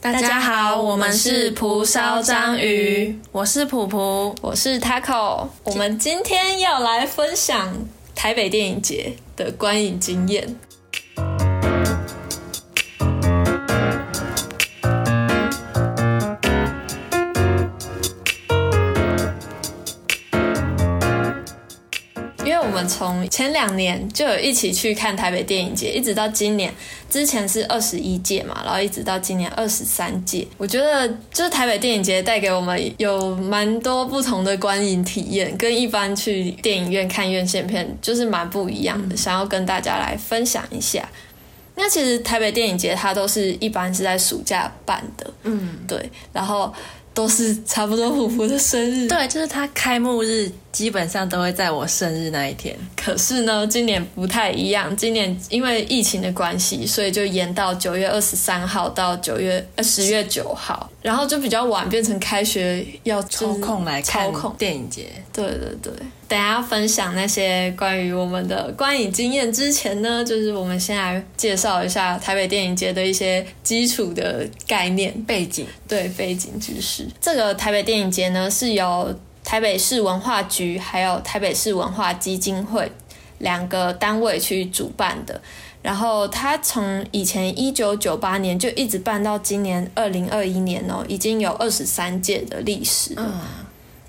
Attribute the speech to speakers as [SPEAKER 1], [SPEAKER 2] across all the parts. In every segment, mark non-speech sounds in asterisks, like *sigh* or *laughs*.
[SPEAKER 1] 大家好，我们是蒲烧章鱼，
[SPEAKER 2] 我是普普。
[SPEAKER 1] 我是 Taco。我们今天要来分享台北电影节的观影经验。因为我们从前两年就有一起去看台北电影节，一直到今年，之前是二十一届嘛，然后一直到今年二十三届。我觉得就是台北电影节带给我们有蛮多不同的观影体验，跟一般去电影院看院线片就是蛮不一样的，想要跟大家来分享一下。那其实台北电影节它都是一般是在暑假办的，
[SPEAKER 2] 嗯，
[SPEAKER 1] 对，然后都是差不多虎虎的生日，
[SPEAKER 2] 对，就是它开幕日基本上都会在我生日那一天。
[SPEAKER 1] 可是呢，今年不太一样。今年因为疫情的关系，所以就延到九月二十三号到九月呃十月九号，然后就比较晚，变成开学要
[SPEAKER 2] 抽空来看
[SPEAKER 1] 抽空。
[SPEAKER 2] 电影节，
[SPEAKER 1] 对对对，等一下分享那些关于我们的观影经验之前呢，就是我们先来介绍一下台北电影节的一些基础的概念。
[SPEAKER 2] 背景
[SPEAKER 1] 对背景知识。这个台北电影节呢，是由台北市文化局还有台北市文化基金会两个单位去主办的。然后它从以前一九九八年就一直办到今年二零二一年哦，已经有二十三届的历史了。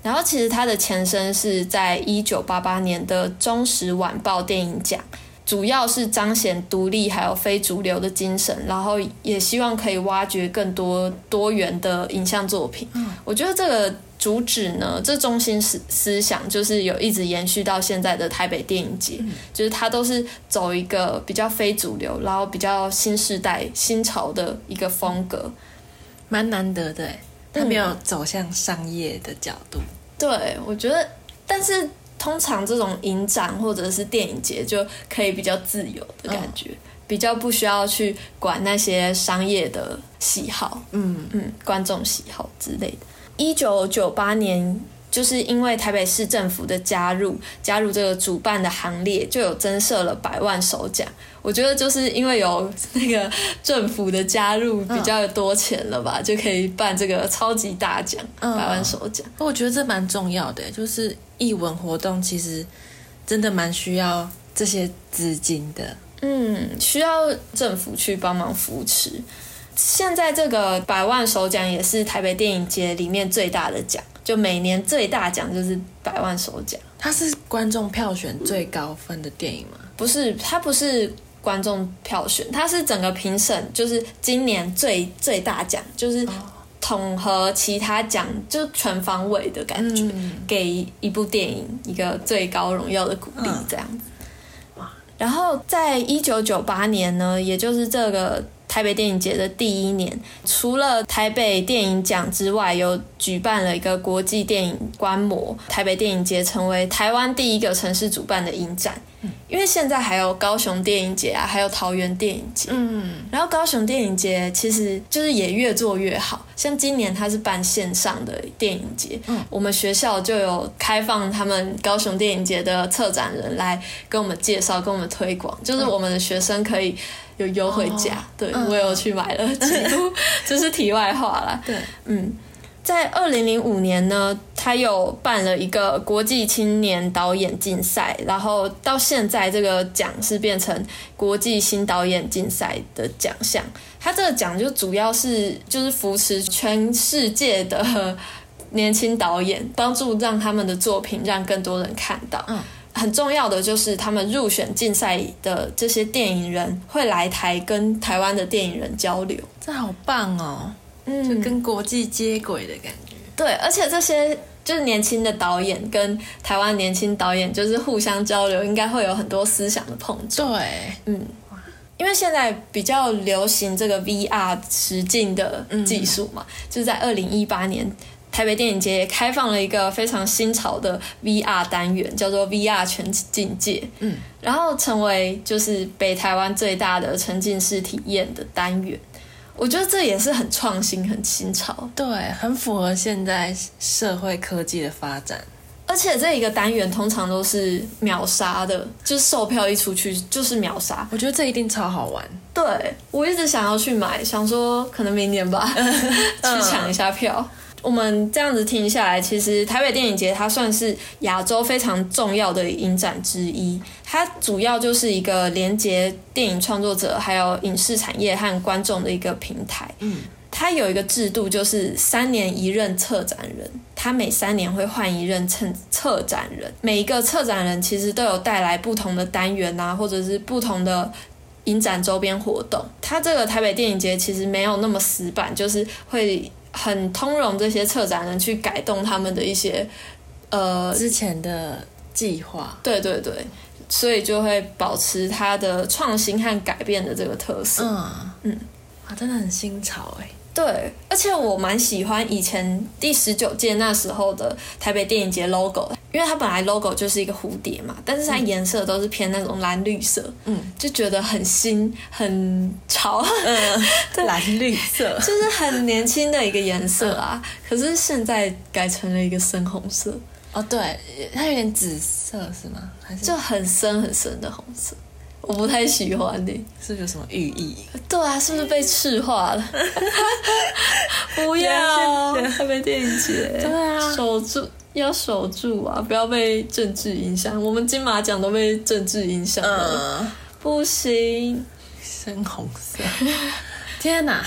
[SPEAKER 1] 然后其实它的前身是在一九八八年的《中时晚报》电影奖，主要是彰显独立还有非主流的精神，然后也希望可以挖掘更多多元的影像作品。我觉得这个主旨呢，这中心思思想就是有一直延续到现在的台北电影节，就是它都是走一个比较非主流，然后比较新时代新潮的一个风格。
[SPEAKER 2] 蛮难得的欸，它没有走向商业的角度。
[SPEAKER 1] 对，我觉得，但是通常这种影展或者是电影节就可以比较自由的感觉，比较不需要去管那些商业的喜好，
[SPEAKER 2] 嗯，
[SPEAKER 1] 嗯，观众喜好之类的。一九九八年。就是因为台北市政府的加入，加入这个主办的行列，就有增设了百万首奖。我觉得就是因为有那个政府的加入，比较多钱了吧，就可以办这个超级大奖，
[SPEAKER 2] 嗯
[SPEAKER 1] 百万首奖。
[SPEAKER 2] 我觉得这蛮重要的欸，就是艺文活动其实真的蛮需要这些资金的。
[SPEAKER 1] 嗯，需要政府去帮忙扶持。现在这个百万首奖也是台北电影节里面最大的奖，就每年最大奖就是百万首奖。
[SPEAKER 2] 它是观众票选最高分的电影吗？
[SPEAKER 1] 不是，它不是观众票选，它是整个评审，就是今年最最大奖，就是统合其他奖，就是全方位的感
[SPEAKER 2] 嗯
[SPEAKER 1] 觉，给一部电影一个最高荣耀的鼓励，这样子。然后在一九九八年呢，也就是这个台北电影节的第一年，除了台北电影奖之外，有举办了一个国际电影观摩，台北电影节成为台湾第一个城市主办的影展。因为现在还有高雄电影节啊，还有桃园电影节，
[SPEAKER 2] 嗯，
[SPEAKER 1] 然后高雄电影节其实就是也越做越好，像今年它是办线上的电影节，我们学校就有开放他们高雄电影节的策展人来跟我们介绍、跟我们推广，就是我们的学生可以有优惠价，对、我有去买了几部，这是题外话啦。
[SPEAKER 2] 对，
[SPEAKER 1] 嗯，在二零零五年呢，他有办了一个国际青年导演竞赛，然后到现在这个奖是变成国际新导演竞赛的奖项。他这个奖就主要是就是扶持全世界的年轻导演，帮助让他们的作品让更多人看到。
[SPEAKER 2] 嗯
[SPEAKER 1] 很重要的就是，他们入选竞赛的这些电影人会来台跟台湾的电影人交流，
[SPEAKER 2] 这好棒哦。
[SPEAKER 1] 嗯
[SPEAKER 2] 就跟国际接轨的感觉。
[SPEAKER 1] 对，而且这些就是年轻的导演跟台湾年轻导演就是互相交流，应该会有很多思想的碰撞。
[SPEAKER 2] 对，
[SPEAKER 1] 嗯，因为现在比较流行这个 VR 实境的技术嘛，就是在二零一八年。台北电影节也开放了一个非常新潮的 VR 单元，叫做 VR 全境界，
[SPEAKER 2] 嗯，
[SPEAKER 1] 然后成为就是北台湾最大的沉浸式体验的单元。我觉得这也是很创新、很新潮。
[SPEAKER 2] 对，很符合现在社会科技的发展。
[SPEAKER 1] 而而且这一个单元通常都是秒杀的，就是售票一出去就是秒杀。
[SPEAKER 2] 我觉得这一定超好玩。
[SPEAKER 1] 对我一直想要去买，想说可能明年吧，去抢一下票。我们这样子听下来，其实台北电影节它算是亚洲非常重要的影展之一。它主要就是一个连接电影创作者、还有影视产业和观众的一个平台。
[SPEAKER 2] 嗯，
[SPEAKER 1] 它有一个制度，就是三年一任策展人，它每三年会换一任策策展人。每一个策展人其实都有带来不同的单元啊，或者是不同的影展周边活动。它这个台北电影节其实没有那么死板，就是会很通融这些策展人去改动他们的一些呃，
[SPEAKER 2] 之前的计划，
[SPEAKER 1] 对对对，所以就会保持它的创新和改变的这个特色。
[SPEAKER 2] 嗯嗯，哇，真的很新潮哎、
[SPEAKER 1] 对，而且我蛮喜欢以前第十九届那时候的台北电影节 logo，因为它本来 logo 就是一个蝴蝶嘛，但是它颜色都是偏那种蓝绿色，
[SPEAKER 2] 嗯，
[SPEAKER 1] 就觉得很新、很潮， *laughs* 对
[SPEAKER 2] 蓝绿色，
[SPEAKER 1] 就是很年轻的一个颜色啊。可是现在改成了一个深红色，
[SPEAKER 2] *laughs* 哦，对，它有点紫色是吗？还是
[SPEAKER 1] 就很深很深的红色，我不太喜欢呢、
[SPEAKER 2] 是不是有什么寓意？
[SPEAKER 1] 对啊，是不是被赤化了？不要，台北电影节，
[SPEAKER 2] 对啊
[SPEAKER 1] 守住要守住啊，不要被政治影响。我们金马奖都被政治影响了，
[SPEAKER 2] 嗯，
[SPEAKER 1] 不行。
[SPEAKER 2] 深红色。 *laughs* 天哪，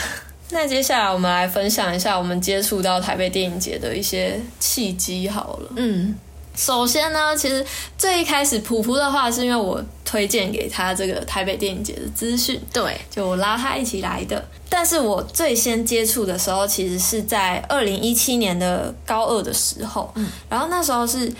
[SPEAKER 1] 那接下来我们来分享一下我们接触到台北电影节的一些契机好了。
[SPEAKER 2] 嗯
[SPEAKER 1] 首先呢，其实最一开始普普的话是因为我推荐给他这个台北电影节的资讯，
[SPEAKER 2] 对，
[SPEAKER 1] 就我拉他一起来的。但是我最先接触的时候，其实是在二零一七年的高二的时候，然后那时候是。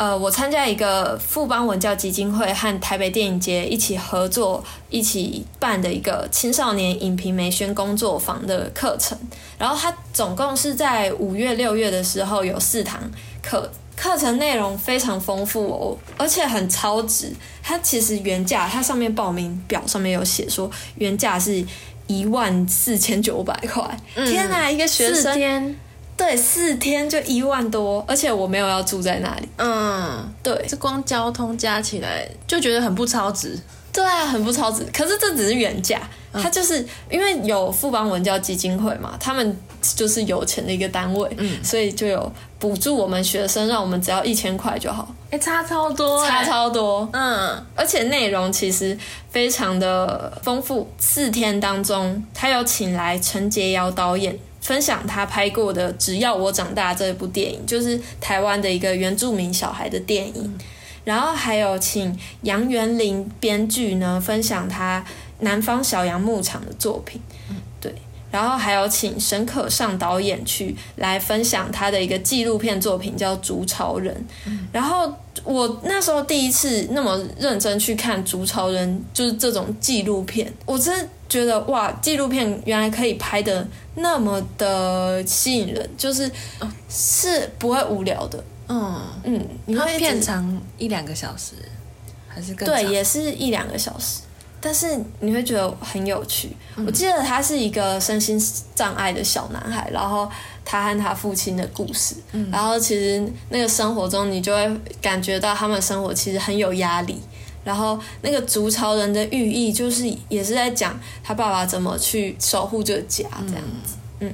[SPEAKER 1] 呃，我参加一个富邦文教基金会和台北电影节一起合作、一起办的一个青少年影评媒宣工作坊的课程，然后它总共是在五月、六月的时候有四堂课，课程内容非常丰富哦，而且很超值。它其实原价，它上面报名表上面有写说原价是一万四千九百块，天哪，一个学
[SPEAKER 2] 嗯四
[SPEAKER 1] 生
[SPEAKER 2] 天，
[SPEAKER 1] 对四天就一万多，而且我没有要住在那里，
[SPEAKER 2] 嗯，
[SPEAKER 1] 对。
[SPEAKER 2] 这光交通加起来就觉得很不超值。
[SPEAKER 1] 对啊，很不超值。可是这只是原价，它就是因为有富邦文教基金会嘛，他们就是有钱的一个单位，所以就有补助我们学生，让我们只要一千块就好，
[SPEAKER 2] 哎、差超多
[SPEAKER 1] 差
[SPEAKER 2] 差超，
[SPEAKER 1] 超多。
[SPEAKER 2] 嗯
[SPEAKER 1] 而且内容其实非常的丰富。四天当中，他有请来陈洁瑶导演分享他拍过的《只要我长大》这部电影，就是台湾的一个原住民小孩的电影。然后还有请杨元林编剧呢分享他南方小羊牧场的作品，对。然后还有请沈可尚导演去来分享他的一个纪录片作品，叫《竹巢人》。然后我那时候第一次那么认真去看《竹巢人》，就是这种纪录片，我真的觉得哇，纪录片原来可以拍的那么的吸引人，就是
[SPEAKER 2] 哦
[SPEAKER 1] 是不会无聊的。
[SPEAKER 2] 嗯，
[SPEAKER 1] 嗯，你
[SPEAKER 2] 它
[SPEAKER 1] 会一直
[SPEAKER 2] 片长一两个小时，还是更
[SPEAKER 1] 对，
[SPEAKER 2] 长
[SPEAKER 1] 也是一两个小时，但是你会觉得很有趣。
[SPEAKER 2] 嗯
[SPEAKER 1] 我记得他是一个身心障碍的小男孩，然后他和他父亲的故事，
[SPEAKER 2] 嗯
[SPEAKER 1] 然后其实那个生活中你就会感觉到他们生活其实很有压力。然后那个竹巢人的寓意就是也是在讲他爸爸怎么去守护这个家这样子，嗯。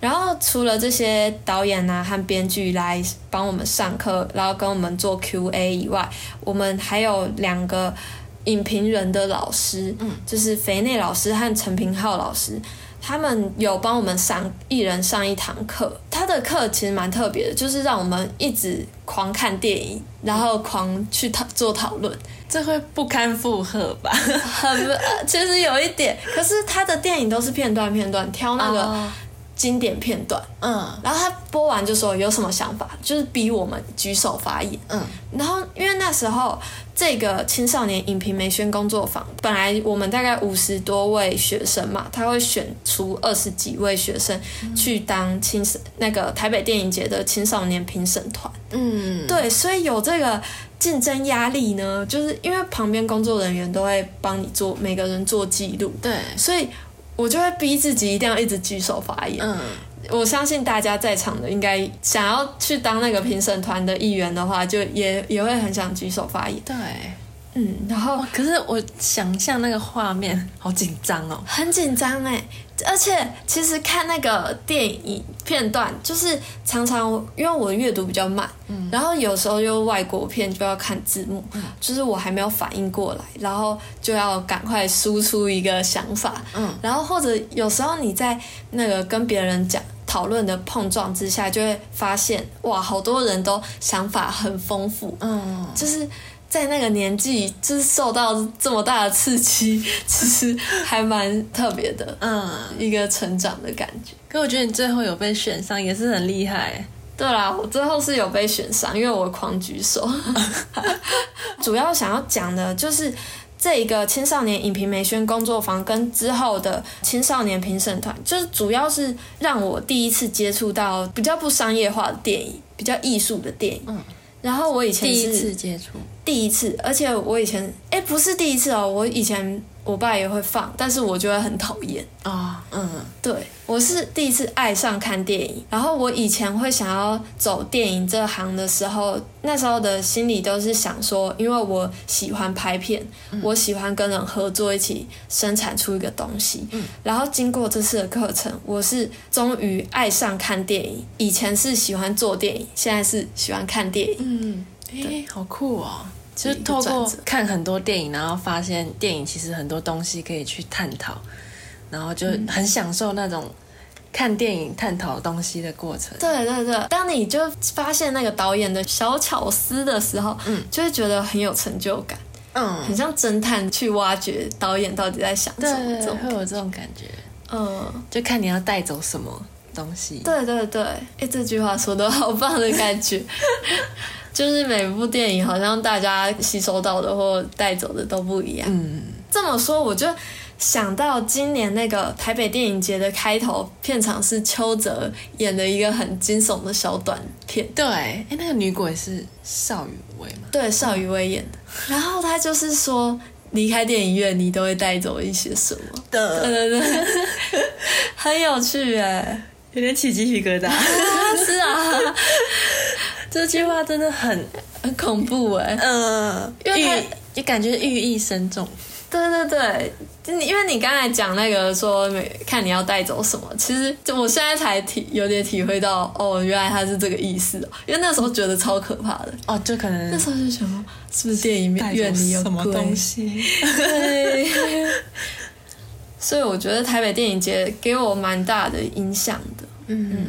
[SPEAKER 1] 然后除了这些导演啊和编剧来帮我们上课，然后跟我们做 Q&A 以外，我们还有两个影评人的老师，
[SPEAKER 2] 嗯，
[SPEAKER 1] 就是肥内老师和陈平浩老师，他们有帮我们上一人上一堂课。他的课其实蛮特别的，就是让我们一直狂看电影，然后狂去讨做讨论，
[SPEAKER 2] 这会不堪负荷吧？
[SPEAKER 1] *laughs* 很呃其实有一点，可是他的电影都是片段片段挑那个
[SPEAKER 2] 哦
[SPEAKER 1] 经典片段，
[SPEAKER 2] 嗯
[SPEAKER 1] 然后他播完就说有什么想法，就是逼我们举手发言。
[SPEAKER 2] 嗯
[SPEAKER 1] 然后，因为那时候这个青少年影评媒宣工作坊，本来我们大概五十多位学生嘛，他会选出二十几位学生去当青那个台北电影节的青少年评审团。
[SPEAKER 2] 嗯，
[SPEAKER 1] 对，所以有这个竞争压力呢，就是因为旁边工作人员都会帮你做每个人做记录，
[SPEAKER 2] 对，
[SPEAKER 1] 所以我就会逼自己一定要一直举手发言。
[SPEAKER 2] 嗯
[SPEAKER 1] 我相信大家在场的应该想要去当那个评审团的一员的话，就也也会很想举手发言。
[SPEAKER 2] 对，
[SPEAKER 1] 嗯，然后
[SPEAKER 2] 哦，可是我想象那个画面，好紧张哦。
[SPEAKER 1] 很紧张哎，而且其实看那个电影片段，就是常常因为我阅读比较慢，然后有时候又外国片就要看字幕，就是我还没有反应过来，然后就要赶快输出一个想法，
[SPEAKER 2] 嗯，
[SPEAKER 1] 然后或者有时候你在那个跟别人讲。讨论的碰撞之下，就会发现哇，好多人都想法很丰富，
[SPEAKER 2] 嗯，
[SPEAKER 1] 就是在那个年纪，就是受到这么大的刺激，其实还蛮特别的
[SPEAKER 2] 嗯，
[SPEAKER 1] 一个成长的感觉。
[SPEAKER 2] 可我觉得你最后有被选上，也是很厉害。
[SPEAKER 1] 对啦，我最后是有被选上，因为我狂举
[SPEAKER 2] *laughs*
[SPEAKER 1] 手。主要想要讲的就是这一个青少年影评美宣工作坊跟之后的青少年评审团，就是主要是让我第一次接触到比较不商业化的电影，比较艺术的电影。
[SPEAKER 2] 嗯
[SPEAKER 1] 然后我以前
[SPEAKER 2] 第一
[SPEAKER 1] 是
[SPEAKER 2] 次接触，
[SPEAKER 1] 第一次，而且我以前哎、不是第一次哦，我以前我爸也会放，但是我就会很讨厌。
[SPEAKER 2] 哦，嗯，
[SPEAKER 1] 对，我是第一次爱上看电影，然后我以前会想要走电影这行的时候，那时候的心里都是想说，因为我喜欢拍片，我喜欢跟人合作一起生产出一个东西。然后经过这次的课程，我是终于爱上看电影。以前是喜欢做电影，现在是喜欢看电影。
[SPEAKER 2] 嗯，哎，好酷哦！就是
[SPEAKER 1] 一个
[SPEAKER 2] 透过
[SPEAKER 1] 转折
[SPEAKER 2] 看很多电影，然后发现电影其实很多东西可以去探讨，然后就很享受那种看电影探讨东西的过程。
[SPEAKER 1] 对对对，当你就发现那个导演的小巧思的时候，嗯，就会觉得很有成就感，
[SPEAKER 2] 嗯，
[SPEAKER 1] 很像侦探去挖掘导演到底在想
[SPEAKER 2] 对
[SPEAKER 1] 什么这，种。
[SPEAKER 2] 会有这种感觉，
[SPEAKER 1] 嗯，
[SPEAKER 2] 就看你要带走什么东西。
[SPEAKER 1] 对对对，哎，这句话说的好棒的感觉， *laughs* 就是每部电影好像大家吸收到的或带走的都不一样。
[SPEAKER 2] 嗯，
[SPEAKER 1] 这么说，我就想到今年那个台北电影节的开头片场是邱泽演的一个很惊悚的小短片。
[SPEAKER 2] 对，哎，那个女鬼是邵雨薇吗？
[SPEAKER 1] 对，邵雨薇演的。
[SPEAKER 2] 嗯
[SPEAKER 1] 然后他就是说，离开电影院你都会带走一些什么？对
[SPEAKER 2] 的，
[SPEAKER 1] 对对，很有趣
[SPEAKER 2] *laughs*
[SPEAKER 1] 哎。
[SPEAKER 2] 有点起鸡皮疙瘩。
[SPEAKER 1] 啊，是啊，
[SPEAKER 2] *laughs* 这句话真的很，
[SPEAKER 1] 很恐怖哎。
[SPEAKER 2] 嗯，
[SPEAKER 1] 因为它
[SPEAKER 2] 寓就感觉寓意深重。
[SPEAKER 1] *laughs* 对对对，你因为你刚才讲那个说每看你要带走什么，其实就我现在才体有点体会到哦，原来他是这个意思哦。因为那时候觉得超可怕的，
[SPEAKER 2] 哦，就可能
[SPEAKER 1] 那时候就想说，是不是电影
[SPEAKER 2] 带
[SPEAKER 1] 院
[SPEAKER 2] 走
[SPEAKER 1] 里有
[SPEAKER 2] 什么
[SPEAKER 1] 鬼
[SPEAKER 2] 东西？
[SPEAKER 1] *laughs* 对， *laughs* 所以我觉得台北电影节给我蛮大的影响的。
[SPEAKER 2] 嗯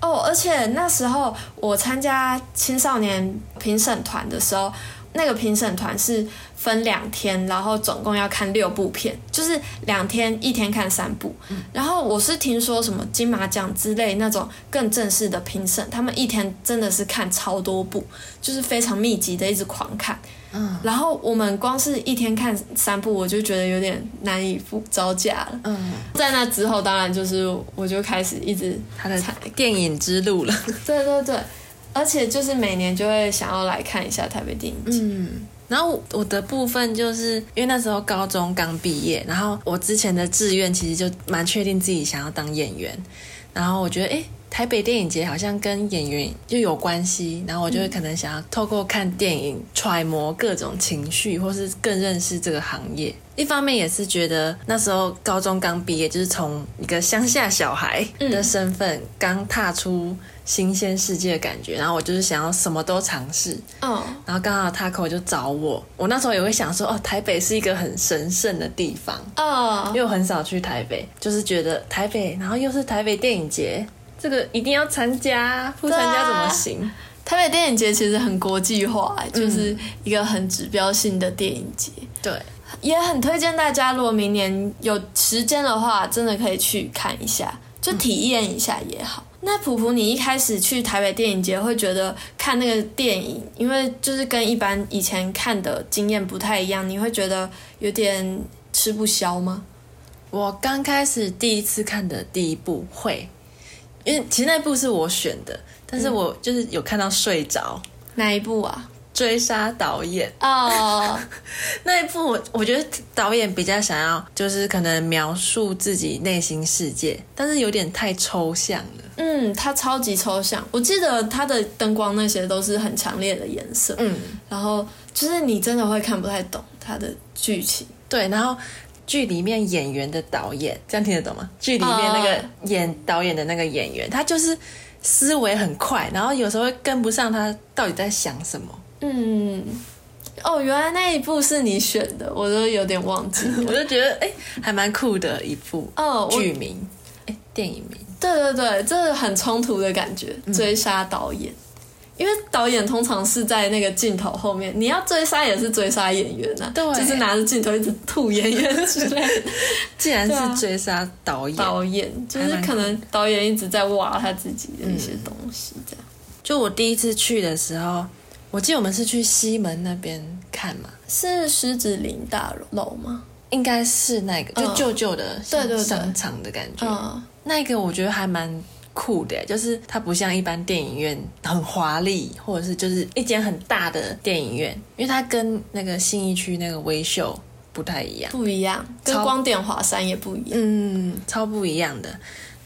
[SPEAKER 1] 哦，而且那时候我参加青少年评审团的时候，那个评审团是分两天，然后总共要看六部片，就是两天，一天看三部。然后我是听说什么金马奖之类那种更正式的评审，他们一天真的是看超多部，就是非常密集的一直狂看。
[SPEAKER 2] 嗯
[SPEAKER 1] 然后我们光是一天看三部，我就觉得有点难以付招架了。
[SPEAKER 2] 嗯，
[SPEAKER 1] 在那之后，当然就是我就开始一直
[SPEAKER 2] 他的电影之路了。
[SPEAKER 1] 对对对，而且就是每年就会想要来看一下台北电影节。
[SPEAKER 2] 嗯。然后我的部分就是因为那时候高中刚毕业，然后我之前的志愿其实就蛮确定自己想要当演员，然后我觉得诶，台北电影节好像跟演员又有关系，然后我就会可能想要透过看电影揣摩各种情绪，或是更认识这个行业。一方面也是觉得那时候高中刚毕业，就是从一个乡下小孩的身份刚踏出新鲜世界的感觉，然后我就是想要什么都尝试，
[SPEAKER 1] 嗯
[SPEAKER 2] 然后刚好 Taco 就找我，我那时候也会想说，哦，台北是一个很神圣的地方，因
[SPEAKER 1] 嗯，
[SPEAKER 2] 为我很少去台北，就是觉得台北，然后又是台北电影节，这个一定要参加，不参加怎么行？
[SPEAKER 1] 台北电影节其实很国际化，就是一个很指标性的电影节，
[SPEAKER 2] 对、
[SPEAKER 1] 也很推荐大家，如果明年有时间的话，真的可以去看一下，就体验一下也好。那普普，你一开始去台北电影节会觉得看那个电影，因为就是跟一般以前看的经验不太一样，你会觉得有点吃不消吗？
[SPEAKER 2] 我刚开始第一次看的第一部会，因为其实那部是我选的，但是我就是有看到睡着，
[SPEAKER 1] 哪一部啊？
[SPEAKER 2] 追杀导演。
[SPEAKER 1] 哦，
[SPEAKER 2] 那一部我我觉得导演比较想要就是可能描述自己内心世界，但是有点太抽象了。
[SPEAKER 1] 嗯，它超级抽象。我记得它的灯光那些都是很强烈的颜色，
[SPEAKER 2] 嗯，
[SPEAKER 1] 然后就是你真的会看不太懂它的剧情。
[SPEAKER 2] 对，然后剧里面演员的导演，这样听得懂吗？剧里面那
[SPEAKER 1] 哦
[SPEAKER 2] 个演、导演的那个演员，他就是思维很快，然后有时候会跟不上他到底在想什么。
[SPEAKER 1] 嗯，哦，原来那一部是你选的，我都有点忘记
[SPEAKER 2] *laughs*
[SPEAKER 1] 了。
[SPEAKER 2] 我就觉得哎、还蛮酷的一部
[SPEAKER 1] 哦，我
[SPEAKER 2] 剧名，哎、电影名。
[SPEAKER 1] 对对对，这很冲突的感觉，
[SPEAKER 2] 嗯
[SPEAKER 1] 追杀导演。因为导演通常是在那个镜头后面，你要追杀也是追杀演员呐、
[SPEAKER 2] 对
[SPEAKER 1] 就是拿着镜头一直吐演员之类的。
[SPEAKER 2] 既然
[SPEAKER 1] 对啊
[SPEAKER 2] 是追杀导演，
[SPEAKER 1] 导演就是可能导演一直在挖他自己的一些东西，这样、
[SPEAKER 2] 就我第一次去的时候，我记得我们是去西门那边看嘛，
[SPEAKER 1] 是狮子林大楼吗？
[SPEAKER 2] 应该是那个就
[SPEAKER 1] 嗯
[SPEAKER 2] 旧旧的
[SPEAKER 1] 对对对
[SPEAKER 2] 商场的感觉。
[SPEAKER 1] 嗯，
[SPEAKER 2] 那个我觉得还蛮酷的，就是它不像一般电影院很华丽，或者是就是一间很大的电影院，因为它跟那个信义区那个微秀不太一样，
[SPEAKER 1] 不一样，跟
[SPEAKER 2] 超
[SPEAKER 1] 光点华山也不一样。
[SPEAKER 2] 嗯，超不一样的。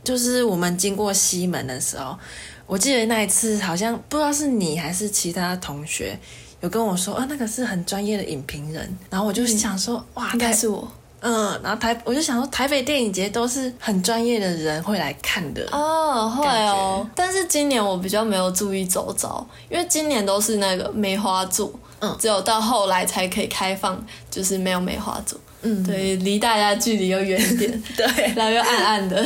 [SPEAKER 2] 就是我们经过西门的时候，我记得那一次好像不知道是你还是其他同学。有跟我说啊，那个是很专业的影评人，然后我就想说，哇，
[SPEAKER 1] 应该
[SPEAKER 2] 太
[SPEAKER 1] 是我
[SPEAKER 2] 嗯，然后台我就想说，台北电影节都是很专业的人会来看的，
[SPEAKER 1] 哦，会
[SPEAKER 2] 感
[SPEAKER 1] 哦，但是今年我比较没有注意周遭，因为今年都是那个梅花座，
[SPEAKER 2] 嗯
[SPEAKER 1] 只有到后来才可以开放，就是没有梅花座，
[SPEAKER 2] 嗯，
[SPEAKER 1] 对，离大家距离又远一 *laughs* 点，
[SPEAKER 2] 对，
[SPEAKER 1] 然后又暗暗的，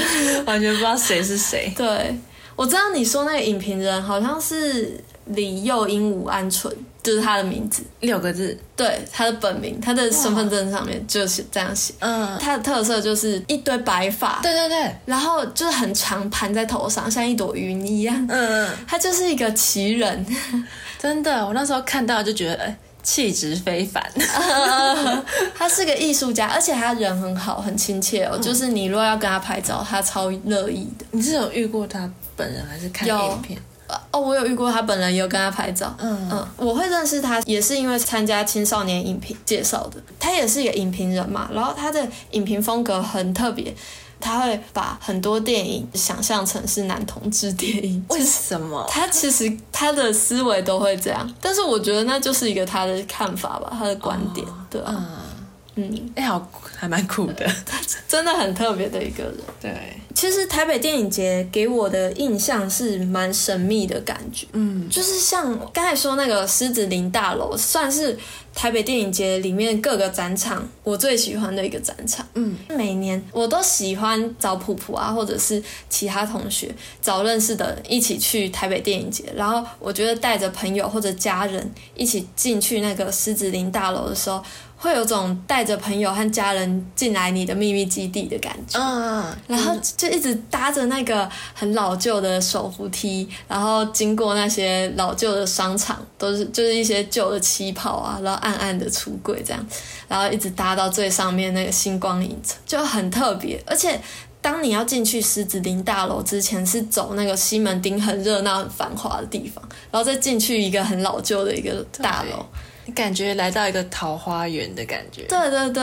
[SPEAKER 2] 完全不知道谁是谁。
[SPEAKER 1] 对，我知道你说那个影评人好像是李幼鹦鹉鹌鹑，就是他的名字，
[SPEAKER 2] 六个字，
[SPEAKER 1] 对，他的本名，他的身份证上面就是这样写。
[SPEAKER 2] 嗯，
[SPEAKER 1] 他的特色就是一堆白发，
[SPEAKER 2] 对对对，
[SPEAKER 1] 然后就是很长盘在头上，像一朵云一样。
[SPEAKER 2] 嗯，
[SPEAKER 1] 他就是一个奇人， *laughs*
[SPEAKER 2] 真的，我那时候看到就觉得，哎，气质非凡。
[SPEAKER 1] 他是个艺术家，而且他人很好，很亲切哦。就是你如果要跟他拍照，他超乐意的。
[SPEAKER 2] *laughs* 你是有遇过他本人还是看
[SPEAKER 1] 有
[SPEAKER 2] 影片？
[SPEAKER 1] 呃哦，我有遇过他本人，也有跟他拍照。
[SPEAKER 2] 嗯
[SPEAKER 1] 嗯，我会认识他也是因为参加青少年影评介绍的。他也是一个影评人嘛，然后他的影评风格很特别，他会把很多电影想象成是男同志电影。
[SPEAKER 2] 为什么？
[SPEAKER 1] *laughs* 他其实他的思维都会这样，但是我觉得那就是一个他的看法吧，他的观点，对啊，嗯，
[SPEAKER 2] 哎，好，还蛮酷的。
[SPEAKER 1] 真的很特别的一个人。
[SPEAKER 2] *laughs* 对，
[SPEAKER 1] 其实台北电影节给我的印象是蛮神秘的感觉，
[SPEAKER 2] 嗯，
[SPEAKER 1] 就是像刚才说那个狮子林大楼，算是台北电影节里面各个展场我最喜欢的一个展场。
[SPEAKER 2] 嗯，
[SPEAKER 1] 每年我都喜欢找普普啊，或者是其他同学找认识的人一起去台北电影节，然后我觉得带着朋友或者家人一起进去那个狮子林大楼的时候，会有种带着朋友和家人进来你的秘密基地的感觉。
[SPEAKER 2] 嗯，
[SPEAKER 1] 然后就一直搭着那个很老旧的手扶梯，然后经过那些老旧的商场，都是就是一些旧的旗袍啊，然后暗暗的橱柜这样，然后一直搭到最上面那个星光影城，就很特别。而且当你要进去狮子林大楼之前，是走那个西门町很热闹、很繁华的地方，然后再进去一个很老旧的一个大楼。
[SPEAKER 2] 你感觉来到一个桃花源的感觉。
[SPEAKER 1] 对对对，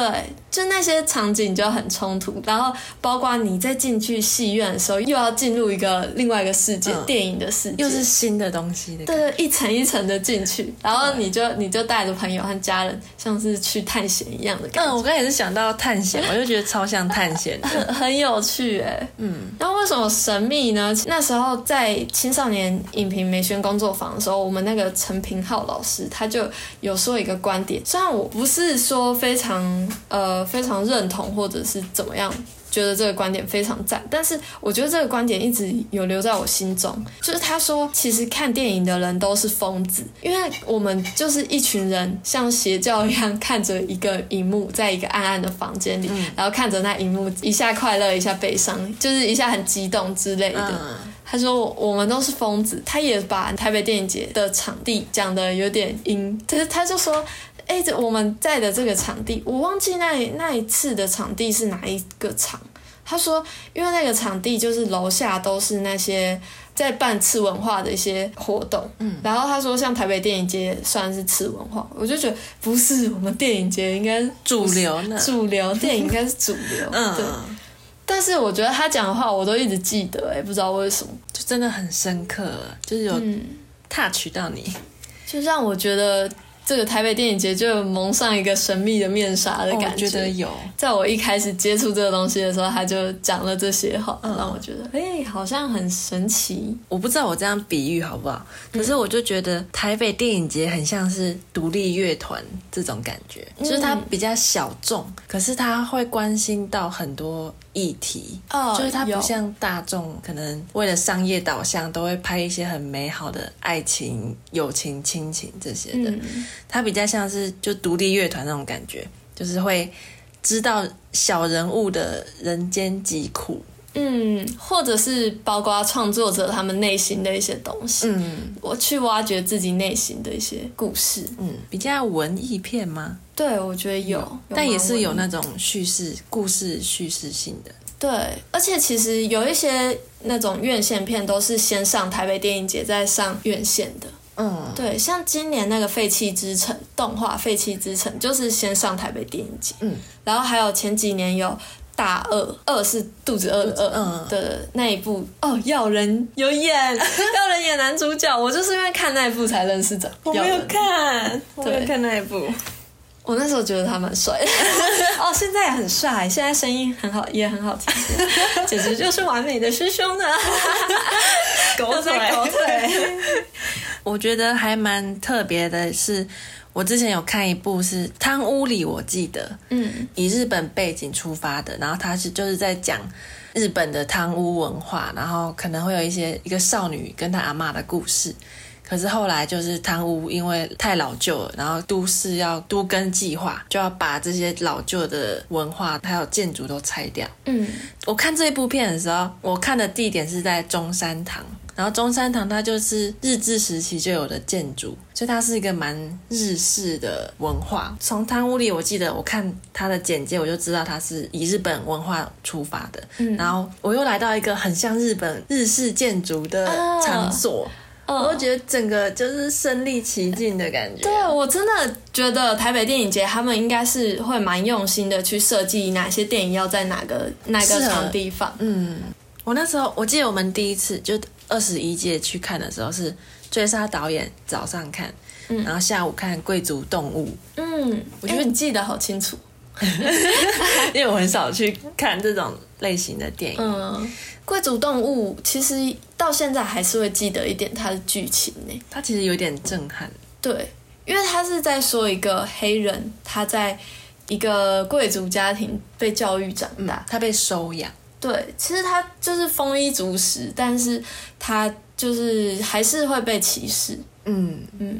[SPEAKER 1] 就那些场景就很冲突，然后包括你在进去戏院的时候，又要进入一个另外一个世界，
[SPEAKER 2] 嗯
[SPEAKER 1] 电影的世界，
[SPEAKER 2] 又是新的东西的感
[SPEAKER 1] 对
[SPEAKER 2] 觉。
[SPEAKER 1] 对，一层一层的进去，然后你就你就带着朋友和家人，像是去探险一样的感
[SPEAKER 2] 嗯，
[SPEAKER 1] 觉，
[SPEAKER 2] 我刚才也是想到探 *laughs* 险，我就觉得超像探险的。
[SPEAKER 1] 很很有趣哎、
[SPEAKER 2] 嗯，
[SPEAKER 1] 然后为什么神秘呢？那时候在青少年影评美宣工作坊的时候，我们那个陈平浩老师他就有说一个观点，虽然我不是说非常呃非常认同或者是怎么样。觉得这个观点非常赞，但是我觉得这个观点一直有留在我心中。就是他说，其实看电影的人都是疯子，因为我们就是一群人，像邪教一样看着一个荧幕，在一个暗暗的房间里，然后看着那荧幕，一下快乐，一下悲伤，就是一下很激动之类的。
[SPEAKER 2] 嗯，
[SPEAKER 1] 他说我我们都是疯子，他也把台北电影节的场地讲的有点阴，但是他就说。哎、这我们在的这个场地，我忘记那那一次的场地是哪一个场。他说，因为那个场地就是楼下都是那些在办次文化的一些活动，嗯，然后他说像台北电影节算是次文化，我就觉得不是，我们电影节应该
[SPEAKER 2] 主流呢？
[SPEAKER 1] 主流，电影应该是主流，对。
[SPEAKER 2] 嗯，
[SPEAKER 1] 但是我觉得他讲的话我都一直记得、哎，不知道为什么。
[SPEAKER 2] 就真的很深刻，就是有 touch 到你。
[SPEAKER 1] 就让我觉得这个台北电影节就有蒙上一个神秘的面纱的
[SPEAKER 2] 哦
[SPEAKER 1] 感
[SPEAKER 2] 我觉得有，
[SPEAKER 1] 在我一开始接触这个东西的时候，他就讲了这些话，让我觉得哎、好像很神奇。
[SPEAKER 2] 我不知道我这样比喻好不好，可是我就觉得台北电影节很像是独立乐团这种感觉，就是它比较小众，可是它会关心到很多议题，
[SPEAKER 1] 哦
[SPEAKER 2] 就是它
[SPEAKER 1] 有
[SPEAKER 2] 不像大众可能为了商业导向都会拍一些很美好的爱情、友情、亲情这些的，
[SPEAKER 1] 嗯
[SPEAKER 2] 它比较像是就独立乐团那种感觉，就是会知道小人物的人间疾苦，
[SPEAKER 1] 嗯，或者是包括创作者他们内心的一些东西，
[SPEAKER 2] 嗯
[SPEAKER 1] 我去挖掘自己内心的一些故事。
[SPEAKER 2] 嗯，比较文艺片吗？
[SPEAKER 1] 对，我觉得有，有
[SPEAKER 2] 但也
[SPEAKER 1] 蛮
[SPEAKER 2] 是
[SPEAKER 1] 文
[SPEAKER 2] 有
[SPEAKER 1] 艺
[SPEAKER 2] 那种叙事、故事叙事性的。
[SPEAKER 1] 对，而且其实有一些那种院线片都是先上台北电影节，再上院线的。
[SPEAKER 2] 嗯，
[SPEAKER 1] 对，像今年那个《废弃之城》动画《废弃之城》，就是先上台北电影节。
[SPEAKER 2] 嗯，
[SPEAKER 1] 然后还有前几年有。大二，二是肚子饿的饿，
[SPEAKER 2] 嗯
[SPEAKER 1] 对对对那一部哦，耀人有演，耀人演男主角，我就是因为看那一部才认识的。耀人
[SPEAKER 2] 看，我
[SPEAKER 1] 没有
[SPEAKER 2] 看那一部。
[SPEAKER 1] 我那时候觉得他蛮帅的，哦，现在也很帅，现在声音很好，也很好听，简直就是完美的师兄呢，
[SPEAKER 2] 狗
[SPEAKER 1] 在狗腿。
[SPEAKER 2] *laughs* 我觉得还蛮特别的是，我之前有看一部是《汤屋里》，我记得
[SPEAKER 1] 嗯
[SPEAKER 2] 以日本背景出发的，然后它是就是在讲日本的汤屋文化，然后可能会有一些一个少女跟她阿嬷的故事。可是后来就是汤屋，因为太老旧了，然后都市要都更计划，就要把这些老旧的文化还有建筑都拆掉。
[SPEAKER 1] 嗯
[SPEAKER 2] 我看这部片的时候，我看的地点是在中山堂，然后中山堂它就是日治时期就有的建筑，所以它是一个蛮日式的文化。从汤屋里，我记得我看它的简介，我就知道它是以日本文化出发的。
[SPEAKER 1] 嗯
[SPEAKER 2] 然后我又来到一个很像日本日式建筑的
[SPEAKER 1] 啊
[SPEAKER 2] 场所，我就
[SPEAKER 1] 哦，
[SPEAKER 2] 觉得整个就是身临其境的感觉。
[SPEAKER 1] 对啊我真的觉得台北电影节他们应该是会蛮用心的去设计哪些电影要在哪个哪个
[SPEAKER 2] 是啊
[SPEAKER 1] 场地放。
[SPEAKER 2] 嗯，我那时候我记得我们第一次就二十一届去看的时候是追杀导演早上看，
[SPEAKER 1] 嗯
[SPEAKER 2] 然后下午看贵族动物， *laughs*
[SPEAKER 1] 嗯，我觉得你记得好清楚。
[SPEAKER 2] 因为我很少去看这种类型的电影。
[SPEAKER 1] 嗯，贵族动物其实到现在还是会记得一点它的剧情呢、
[SPEAKER 2] 它其实有点震撼，
[SPEAKER 1] 对，因为他是在说一个黑人，他在一个贵族家庭被教育长大。
[SPEAKER 2] 嗯它被收养，
[SPEAKER 1] 对，其实他就是丰衣足食，但是他就是还是会被歧视。
[SPEAKER 2] 嗯，
[SPEAKER 1] 嗯，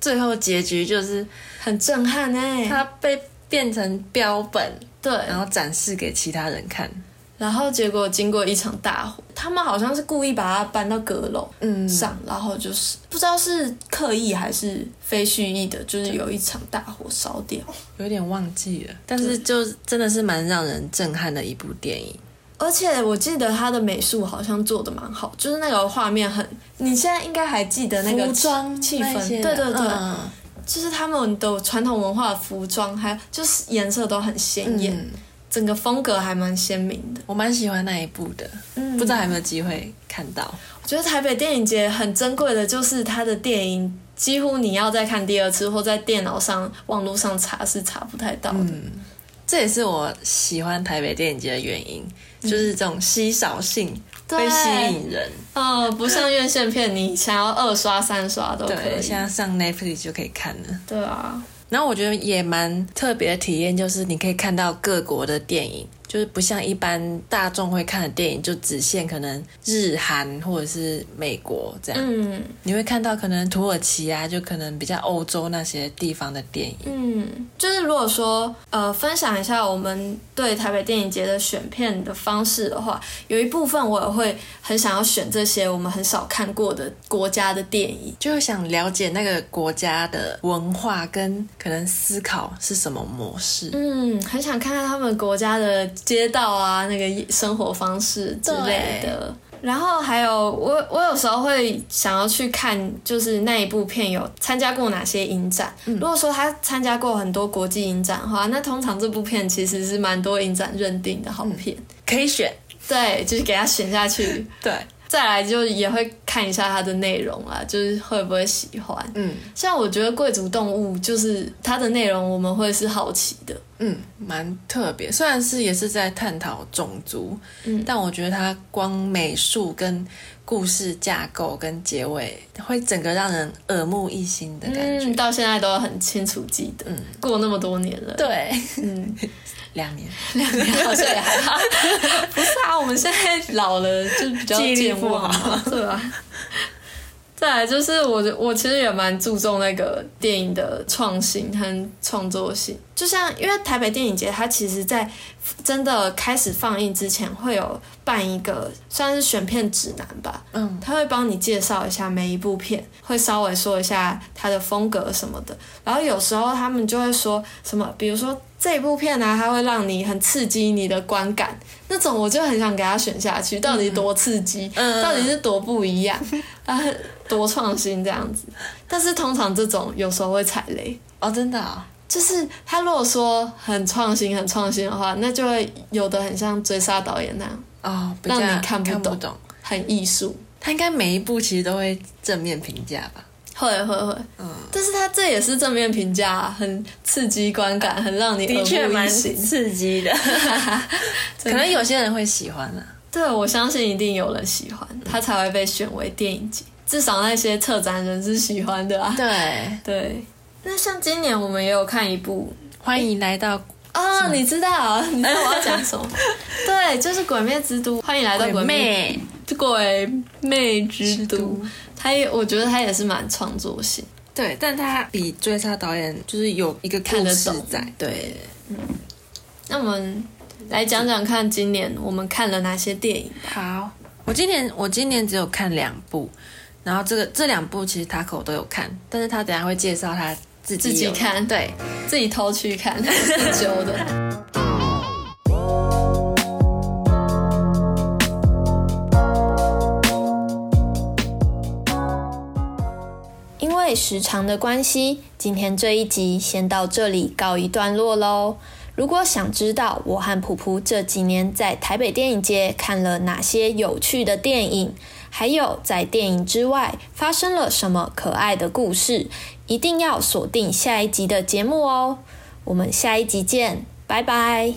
[SPEAKER 2] 最后结局就是
[SPEAKER 1] 很震撼哎、
[SPEAKER 2] 它被变成标本，
[SPEAKER 1] 对，
[SPEAKER 2] 然后展示给其他人看，
[SPEAKER 1] 然后结果经过一场大火，他们好像是故意把它搬到阁楼。
[SPEAKER 2] 嗯
[SPEAKER 1] 上，然后就是不知道是刻意还是非蓄意的，就是有一场大火烧掉。
[SPEAKER 2] 有点忘记了，但是就真的是蛮让人震撼的一部电影。
[SPEAKER 1] 而且我记得他的美术好像做的蛮好，就是那个画面很，你现在应该还记得那个
[SPEAKER 2] 服装
[SPEAKER 1] 气
[SPEAKER 2] 那
[SPEAKER 1] 氛，
[SPEAKER 2] 些
[SPEAKER 1] 对
[SPEAKER 2] 的
[SPEAKER 1] 对对，
[SPEAKER 2] 嗯嗯
[SPEAKER 1] 就是他们的传统文化的服装，还有就是颜色都很鲜艳，
[SPEAKER 2] 嗯
[SPEAKER 1] 整个风格还蛮鲜明的。
[SPEAKER 2] 我蛮喜欢那一部的，
[SPEAKER 1] 嗯
[SPEAKER 2] 不知道有没有机会看到。
[SPEAKER 1] 我觉得台北电影节很珍贵的就是它的电影，几乎你要再看第二次或在电脑上、网络上查是查不太到的。
[SPEAKER 2] 嗯这也是我喜欢台北电影节的原因，就是这种稀少性
[SPEAKER 1] 嗯对
[SPEAKER 2] 会吸引人。
[SPEAKER 1] 呃，不像院线片，你想要二刷、三刷都可
[SPEAKER 2] 对，
[SPEAKER 1] 以
[SPEAKER 2] 现。在上 Netflix 就可以看了。
[SPEAKER 1] 对啊，
[SPEAKER 2] 然后我觉得也蛮特别的体验，就是你可以看到各国的电影，就是不像一般大众会看的电影，就只限可能日韩或者是美国这样。
[SPEAKER 1] 嗯
[SPEAKER 2] 你会看到可能土耳其啊，就可能比较欧洲那些地方的电影。
[SPEAKER 1] 嗯，就是如果说呃，分享一下我们对台北电影节的选片的方式的话，有一部分我也会很想要选这些我们很少看过的国家的电影。
[SPEAKER 2] 就想了解那个国家的文化跟可能思考是什么模式。
[SPEAKER 1] 嗯，很想看看他们国家的街道啊，那个生活方式之类的。然后还有我，我有时候会想要去看，就是那一部片有参加过哪些影展。如果说他参加过很多国际影展的话，那通常这部片其实是蛮多影展认定的好片。
[SPEAKER 2] 可以选，
[SPEAKER 1] 对，就是给他选下去。
[SPEAKER 2] 对，
[SPEAKER 1] 再来就也会看一下它的内容啦，就是会不会喜欢。
[SPEAKER 2] 嗯
[SPEAKER 1] 像我觉得贵族动物就是它的内容，我们会是好奇的。
[SPEAKER 2] 嗯，蛮特别。虽然是也是在探讨种族，
[SPEAKER 1] 嗯
[SPEAKER 2] 但我觉得它光美术跟故事架构跟结尾，会整个让人耳目一新的感觉。
[SPEAKER 1] 嗯，到现在都很清楚记得，
[SPEAKER 2] 嗯
[SPEAKER 1] 过那么多年了。
[SPEAKER 2] 对，
[SPEAKER 1] 嗯， *laughs*
[SPEAKER 2] 两年
[SPEAKER 1] 两年好像也还好，不是啊，我们现在老了就比较啊
[SPEAKER 2] 记忆力
[SPEAKER 1] 健
[SPEAKER 2] 不
[SPEAKER 1] 忘嘛，对啊。再来就是我，我其实也蛮注重那个电影的创新和创作性。就像因为台北电影节，它其实在真的开始放映之前，会有办一个算是选片指南吧，
[SPEAKER 2] 嗯，
[SPEAKER 1] 他会帮你介绍一下每一部片，会稍微说一下它的风格什么的。然后有时候他们就会说什么，比如说这一部片呢、它会让你很刺激你的观感，那种我就很想给它选下去，到底多刺激，
[SPEAKER 2] 嗯
[SPEAKER 1] 到底是多不一样，啊，多创新这样子。但是通常这种有时候会踩雷。
[SPEAKER 2] 哦，真的哦，
[SPEAKER 1] 就是他如果说很创新、很创新的话，那就会有的很像追杀导演那样，
[SPEAKER 2] 哦，比
[SPEAKER 1] 让
[SPEAKER 2] 较
[SPEAKER 1] 你看不
[SPEAKER 2] 不
[SPEAKER 1] 懂很艺术。
[SPEAKER 2] 他应该每一部其实都会正面评价吧？
[SPEAKER 1] 会会会，
[SPEAKER 2] 嗯
[SPEAKER 1] 但是它这也是正面评价、啊，很刺激观感，很让你耳目一新。
[SPEAKER 2] 刺激的，可能有些人会喜欢啊啦、
[SPEAKER 1] *laughs* 对，我相信一定有人喜欢，它才会被选为电影节。至少那些策展人是喜欢的啊。
[SPEAKER 2] 对，
[SPEAKER 1] 对，那像今年我们也有看一部
[SPEAKER 2] 欢迎来到《
[SPEAKER 1] 哦，你知道，你知道我要讲什 *laughs* 么？对，就是《鬼灭之都》，欢迎来到《
[SPEAKER 2] 鬼
[SPEAKER 1] 鬼灭
[SPEAKER 2] 妹
[SPEAKER 1] 鬼魅之都
[SPEAKER 2] 之都》。
[SPEAKER 1] 它也，我觉得它也是蛮创作性。》。
[SPEAKER 2] 对，但他比追杀导演就是有一个
[SPEAKER 1] 看
[SPEAKER 2] 故
[SPEAKER 1] 得
[SPEAKER 2] 事
[SPEAKER 1] 懂
[SPEAKER 2] 在。对，
[SPEAKER 1] 那我们来讲讲看，今年我们看了哪些电影？
[SPEAKER 2] 好，我今年我今年只有看两部，然后这个这两部其实塔口都有看，但是他等一下会介绍他自己
[SPEAKER 1] 自己
[SPEAKER 2] 有
[SPEAKER 1] 看
[SPEAKER 2] 对，
[SPEAKER 1] 自己偷去
[SPEAKER 2] *laughs*
[SPEAKER 1] 看，自揪的。因为时长的关系，今天这一集先到这里告一段落喽。如果想知道我和普普这几年在台北电影节看了哪些有趣的电影，还有在电影之外发生了什么可爱的故事，一定要锁定下一集的节目哦。我们下一集见，拜拜。